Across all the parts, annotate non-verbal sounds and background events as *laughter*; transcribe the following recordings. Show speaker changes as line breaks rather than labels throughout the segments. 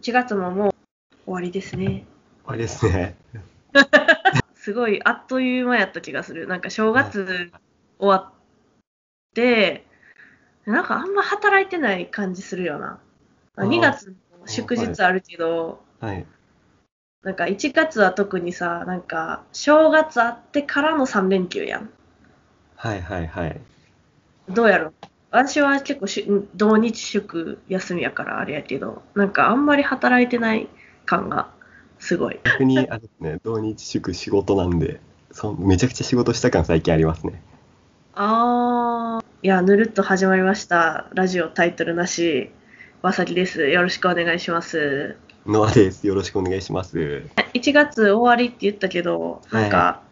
1月ももう終わりですね。
あれですね。
すごいあっという間やった気がする。なんか正月終わって、なんかあんま働いてない感じするよな。
あー
2月も祝日あるけど、
はい。
なんか1月は特にさ、なんか正月あってからの3連休やん。
はいはいはい。
どうやろう私は結構しゅ土日祝休みやからあれやけど、なんかあんまり働いてない感がすごい。
逆に、あれですね、土日祝仕事なんで、そうめちゃくちゃ仕事した感最近ありますね。
あーいや、ぬるっと始まりました。ラジオタイトルなし、わさきです。よろしくお願いします。
ノアです。よろしくお願いします。
1月終わりって言ったけど、なんか、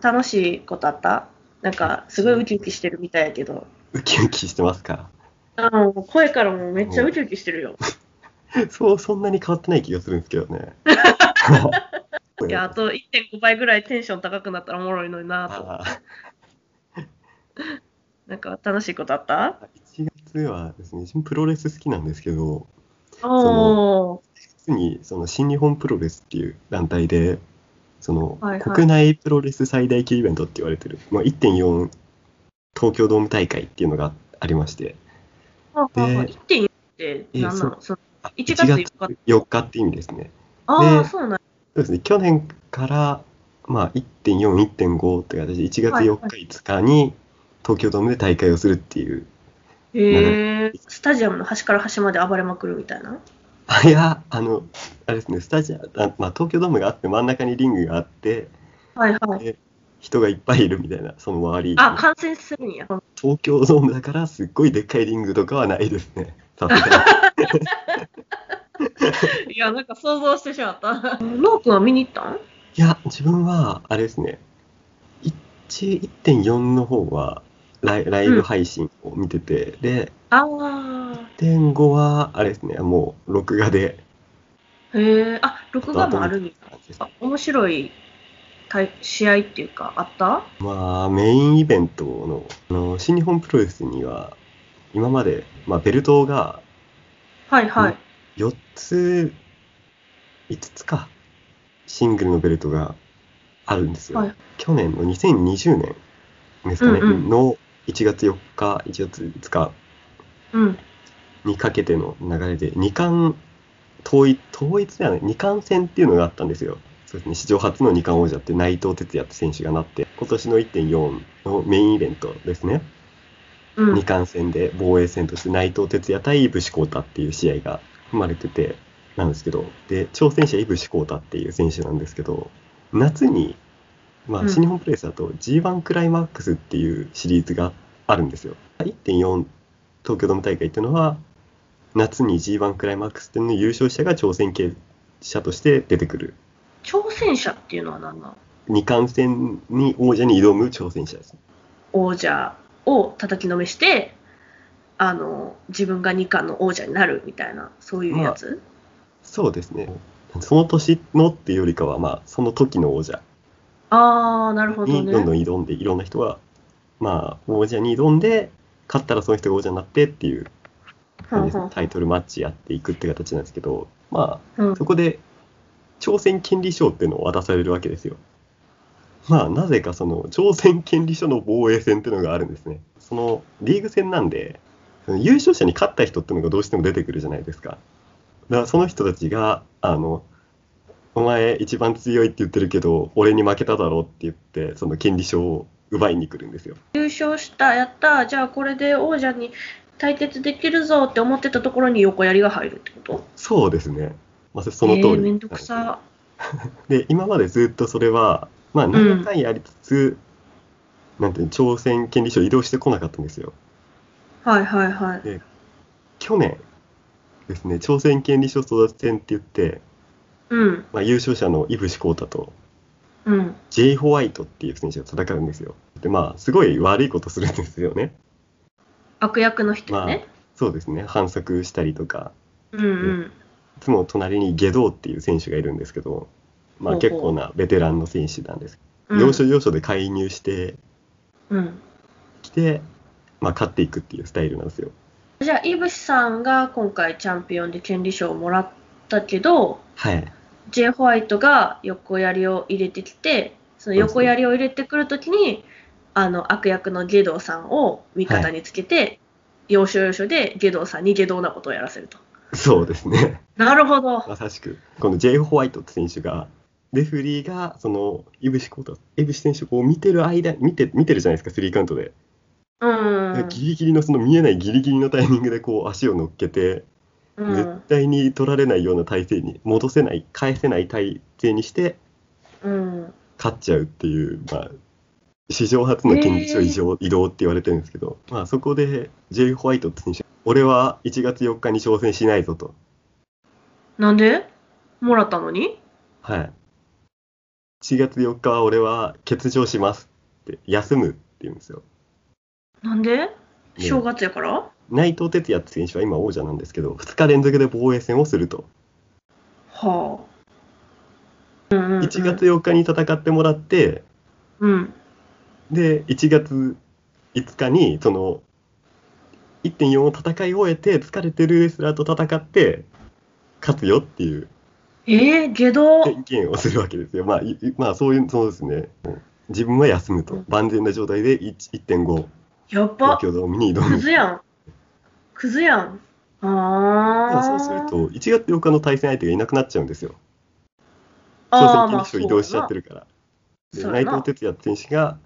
楽しいことあったなんか、すごいウキウキしてるみたいやけど、
ウキウキしてますか
あもう声からもめっちゃウキウキしてるよ。
そう、そんなに変わってない気がするんですけど *laughs* ね。
いや、あと1.5倍ぐらいテンション高くなったらおもろいのになと。
あー
なんか、楽しいことあった
1月はですね、自分プロレス好きなんですけど、
おー、
普通にその新日本プロレスっていう団体で、その
はいはい
国内プロレス最大級イベントって言われてる、まあ、1.4東京ドーム大会っていうのがありまして、
あああ
で
1.4って何なの、その
あ
1月4日
1月4日って意味ですね。
ああ、
で
そうなん
そうですね、去年から、まあ、1.4、1.5って形で、1月4日、5日に東京ドームで大会をするっていう
へえ、スタジアムの端から端まで暴れまくるみたいな。
あいや、あの、あれですね、スタジアム、あまあ、東京ドームがあって、真ん中にリングがあって、
はいはい。
人がいっぱいいるみたいな、その周り。
あ、感染するんや。
東京ドームだから、すっごいでっかいリングとかはないです *laughs* ね。さすがに
いや、なんか想像してしまった。ノー君は見に行ったん
いや、自分は、あれですね、1 1.4の方はライ、ライブ配信を見てて、で、
ああ、
1.5は、あれですね、もう、録画で、
へえ、あ、録画もあるみたい。あ、面白い大試合っていうか、あった
まあ、メインイベントの、あの新日本プロレスには、今まで、まあ、ベルトが
はいはい。
4つ、5つか、シングルのベルトがあるんですよ。
はい
去年の2020年ですかね、
うんうん
の1月4日、1月5日
うん。
にかけての流れで、2冠統一、統一ではない、2冠戦っていうのがあったんですよ。そうですね、史上初の2冠王者って内藤哲也って選手がなって、今年の1.4のメインイベントですね。
うん。
二冠戦で防衛戦として内藤哲也対武士浩太っていう試合が生まれててなんですけどで挑戦者井士浩太っていう選手なんですけど夏に、ま
う
あ、
ん
新日本プロレスだと G1 クライマックスっていうシリーズがあるんですよ。1.4東京ドーム大会っていうのは夏に G1 クライマックスっていうのの優勝者が挑戦者として出てくる
挑戦者っていうのは何なの
二冠戦に王者に挑む挑戦者です。
王者を叩きのめして、あの、自分が2冠の王者になるみたいな、そういうやつ、
そうですね。その年のっていうよりかは、まあ、その時の王者
ああー、なるほど
に
ね。
どんどん挑んで、いろんな人が、まあ、王者に挑んで、勝ったらその人が王者になってっていう感じです
はんはん
タイトルマッチやっていくって形なんですけど、ま
うん
あ、そこで挑戦権利賞っていうのを渡されるわけですよ。まあ、なぜかその挑戦権利賞の防衛戦っていうのがあるんですね。そのリーグ戦なんで、その優勝者に勝った人っていうのがどうしても出てくるじゃないですか。だからその人たちが、あの、お前一番強いって言ってるけど、俺に負けただろうって言って、その権利賞を奪いに来るんですよ。
優勝した、やった、じゃあこれで王者に対決できるぞって思ってたところに横やりが入るってこと
そうですね。まあ、そその通り
え
な
ー
んです
め
よ。
んどくさ。
で今までずっとそれは、まあ、7回やりつつ、なんていうの挑戦権利書を移動してこなかったんですよ。
はいはいはい。
去年ですね、挑戦権利書争奪戦って言って、
うん、
まあ、優勝者のイブシコータと
うん。
J. ホワイトっていう選手が戦うんですよ。で、まあ、すごい悪いことするんですよね。
悪役の人ね。
そうですね、反則したりとか、
うんうん。
いつも隣にゲドウっていう選手がいるんですけど、まあ、
ほうほう
結構なベテランの選手なんです。
うん
要所要所で介入して
うん。
きて、まあ、勝っていくっていうスタイルなんですよ。
じゃあ、いぶしさんが今回チャンピオンで権利賞をもらっったけど、
はい。
J. ホワイトが横槍を入れてきて、その横槍を入れてくるときに、あの悪役のゲドウさんを味方につけて、要所要所でゲドウさんにゲドウなことをやらせると。
そうですね。
なるほど。
まさしく。この J. ホワイトって選手が、レフェリーが、その、イブシコート、イブシ選手をこう見てる間、見て、見てるじゃないですか、スリーカウントで。
うん。
ギリギリの、その見えないギリギリのタイミングで、こう、足を乗っけて、
う
絶
ん。
対に取られないような体勢に、戻せない、返せない体勢にして、
うん。
勝っちゃうっていう、まあ、史上初の権利書移動,、移動って言われてるんですけど、まあ、そこで J. ホワイトって選手俺は1月4日に挑戦しないぞと、
なんでもらったのに
はい、1月4日は俺は欠場しますって休むって言うんですよ
なんで
ね
正月やから、
内藤哲也って選手は今王者なんですけど2日連続で防衛戦をすると
はあ。うんうん、うん。
1月。4日に戦ってもらって
うん。
で1月5日にその1.4を戦い終えて疲れてるレスラーと戦って勝つよっていう
えー、下道。
宣言をするわけですよ。まあ、いいまあ、そういう、そうですね。自分は休む
う
と
ん。
万全な状態で1 1.5
やっば
東。京ドームに挑
ク
む。
ズやん。クズやん。あ
で
あ。
もそうすると、1月4日の対戦相手がいなくなっちゃうんですよ。
あ
朝
ー、
鮮
まあ
金賞移動しちゃってるから。で
そうや
内
な
藤哲也選手が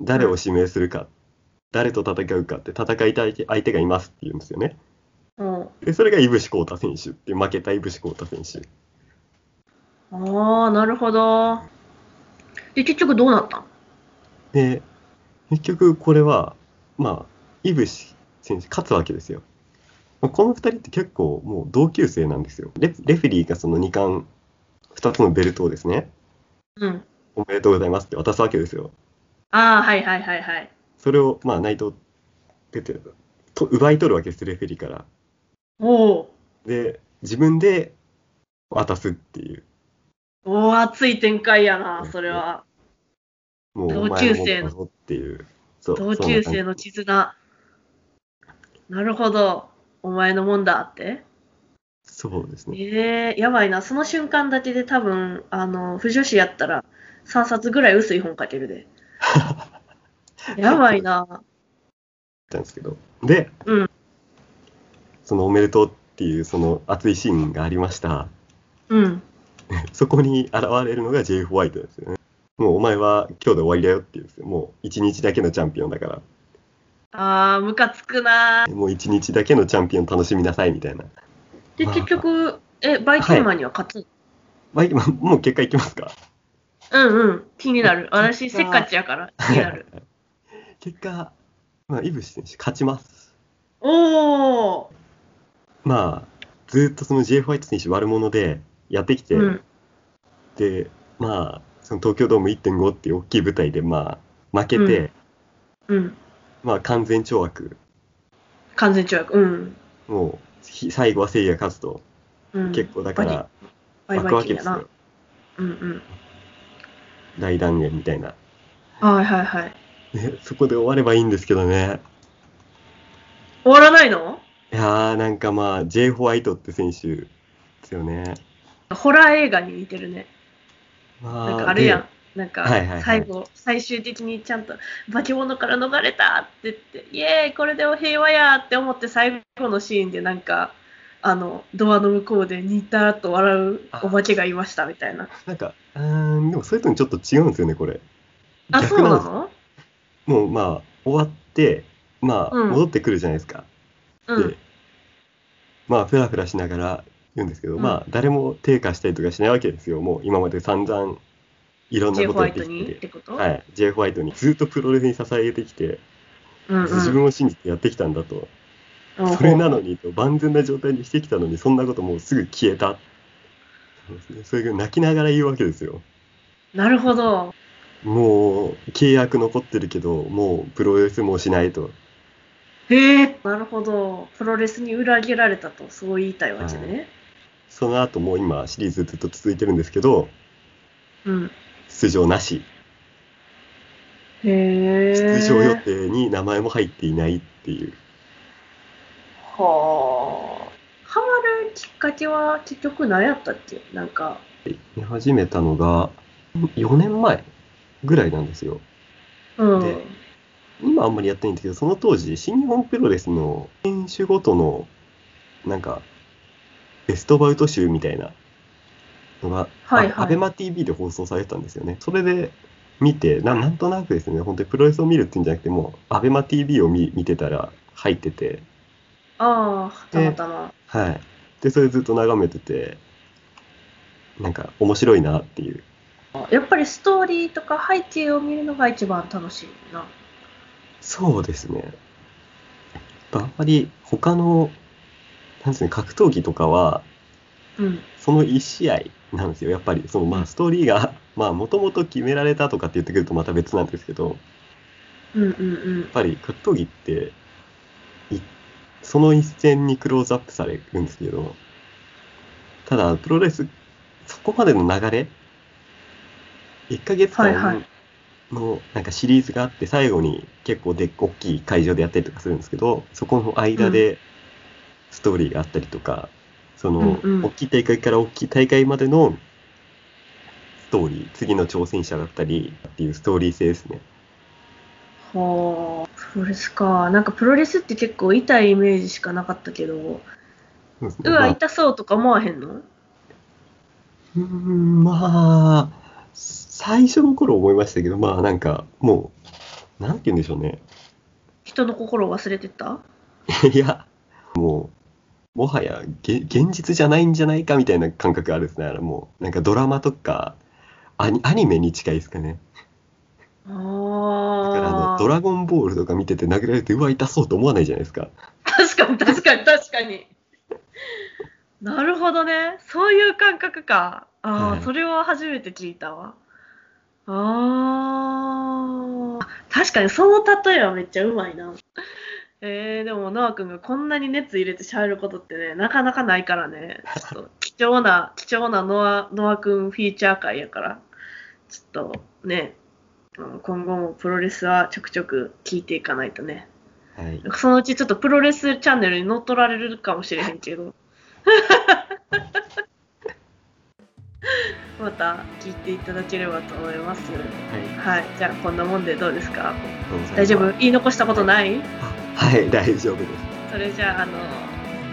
誰を指名するか、誰と戦うかって戦いたい相手がいますって言うんですよね。
そうやな
で、それが井伏浩太選手って、負けた井伏浩太選手。
うん、ああ、なるほど。で、結局どうなったん
で、結局これは、まあ、イブシ選手勝つわけですよ。まあこの2人って結構もう同級生なんですよ。レレフェリーがその2冠、2つのベルトをですね、
うん。
おめでとうございますって渡すわけですよ。
ああ、はいはいはいはい。
それを、まあ、内藤出てと奪い取るわけです、レフェリーから。
おお。
で、自分で渡すっていう。
おお、熱い展開やな、それは。
もう
同級生の
お前もだぞっていう。そう
同級
そ
生
んな感
の絆。なるほど。お前のもんだって。
じそうですね。
ええやばいな。その瞬間だけで多分、あの、不女子やったら3冊ぐらい薄い本書ける
*laughs*
で。やばいな。
ったんですけどで、
うん
その「おめでとう」っていうその熱いシーンがありました
うん。
そこに現れるのが J. ホワイトですよねもうお前は今日で終わりだよっていうんですよもう一日だけのチャンピオンだか
ああ、ムカつくな。
らもう一日だけのチャンピオン楽しみなさいみたいな、
で、
まあ
結局、え、バイキンマンには勝つ、
まあ、今もう結果いきますか
うんうん。気になる。私、
結
せ
果
っかちや
*laughs*
から気になる。
結果、まあ、イブシ選手勝ちます
おお。
まあずっとその J. ホワイト選手悪者でやってきて、
うん。
でまあその東京ドーム1.5っていう大きい舞台でまあ負けて、
うんうん。
まあ完全懲悪
完全跳躍。うん。
もうひ最後は聖夜勝つと、
うん、
結構だから
バイ
湧
バ
くわ
イキ
け
ン
で
や
す
な
よ。
うんうん。
大団円みたいな、
はいはいはい。
ね、そこで終わればいいんですけどね
終わらないの
いやーなんかまあ J. ホワイトって選手ですよね
ホラー映画に似てるね。
ま
なんかあるや
で
ん。なんか
はいはいはい
最後、最終的にちゃんと化け物から逃れたって言って、イエーイ、これでお平和やって思って最後のシーンでなんか、あの、ドアの向こうでニタッと笑うお化けがいましたみたいな。
なんかうーんでもそれともちょっと違うんですよねこれ
あ、そう
なん
な
です
の
もうまあ終わってまあ
うん
戻ってくるじゃないですか、
う
で
ん。
まあフラフラしながら言うんですけど、
うん
まあ誰も低下したりとかしないわけですよもう今まで散々いろんな
J.
こ
ホ
と
ワ
やっ
イ
て
ト
き
にっててこと、
はい、J. ホワイトにずっとプロレスに支えてきて、
うんうん、
自分を信じてやってきたんだと、
うん
それなのにと万全な状態にしてきたのに、そんなこともうすぐ消えた、そうですねそれが泣きながら言うわけですよ。
なるほど。
もう契約残ってるけど、もうプロレスもしないと、
へえ。なるほど。プロレスに裏切られたと、そう言いたいわけね。
その後もう今、シリーズずっと続いてるんですけど、
うん。
出場なし、
へえ。
出場予定に名前も入っていないっていう、
はあ。ハマるきっかけは結局何やったっけなんか、
見始めたのが4年前ぐらいなんですよ。
うん。
で今あんまりやってないんですけど、その当時、新日本プロレスの選手ごとの、なんか、ベストバウト集みたいなのが、
はいはい
あアベマ t v で放送されてたんですよね。それで見てな、なんとなくですね、本当にプロレスを見るっていうんじゃなくて、もう、アベマ t v を見見てたら入ってて、
ああ、たまたま。
はい。で、それずっと眺めてて、なんか、面白いなっていう。
やっぱりストーリーとか背景を見るのが一番楽しいな。
そうですね。やっぱあんまり他の、なんですね、格闘技とかは、
うん。
その1試合なんですよ、やっぱり。そのまあストーリーが、まあもともと決められたとかって言ってくるとまた別なんですけど、やっ
うんうんうん。
ぱり格闘技って、いその一戦にクローズアップされるんですけど、ただ、プロレス、そこまでの流れ、1ヶ月
はいは
間
い
のなんかシリーズがあって、最後に結構で大きい会場でやったりとかするんですけど、そこの間でストーリーがあったりとか、その、
うんうん
大きい大会から大きい大会までのストーリー、次の挑戦者だったりっていうストーリー性ですね。
はあ、プロレスか。なんかプロレスって結構痛いイメージしかなかったけど、
そうですね
うわ、
まあ
痛そうとか思わへんの
うーんまあ、最初の頃思いましたけど、まあなんか、もう、なんて言うんでしょうね。 *laughs*
人の心を忘れてた
いや、もう、もはやげ現実じゃないんじゃないかみたいな感覚あるんですね。だからもう、なんかドラマとか、アニアニメに近いですかね。
あ
だからあ
あ
の、ドラゴンボールとか見てて殴られて、うわ、痛そうと思わないじゃないですか。
確かに確かに確かに。なるほどね。そういう感覚か。ああ、
はい
それは初めて聞いたわ。ああ。確かにその例えはめっちゃうまいな。えー、でも、ノア君がこんなに熱入れてしゃべることってね、なかなかないからね。ちょっと貴重な、貴重なノア、ノア君フィーチャー会やから、ちょっとね、あの今後もプロレスはちょくちょく聞いていかないとね。
はい。
そのうちちょっとプロレスチャンネルに乗っ取られるかもしれへんけど。 *laughs* また聞いていただければと思います。
はい
はい、じゃあこんなもんでどうですか
どうも
大丈夫言い残したことない
あはい、大丈夫です。
それじゃあ、あの、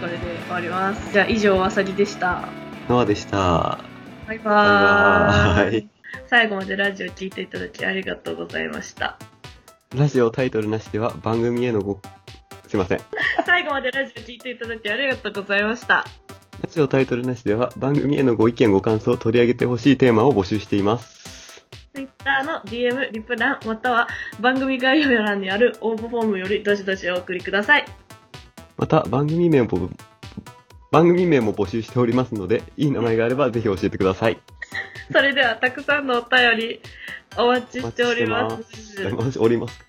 これで終わります。じゃあ以上、あさぎでした。
ノアでした。
バイバ
バイ
ー
バーイ
イ。最後までラジオ聞いていただきありがとうございました。
ラジオタイトルなしでは番組へのご、すいません。
最後までラジオ聞いていただきありがとうございました。
ラジオタイトルなしでは番組へのご意見ご感想を取り上げてほしいテーマを募集しています。
Twitter の DM、リプラン、または番組概要欄にある応募フォームよりどしどしお送りください。
また番組名も、番組名も募集しておりますので、いい名前があればぜひ教えてください。
それではたくさんのお便りお待ちしております。
お待ちしております。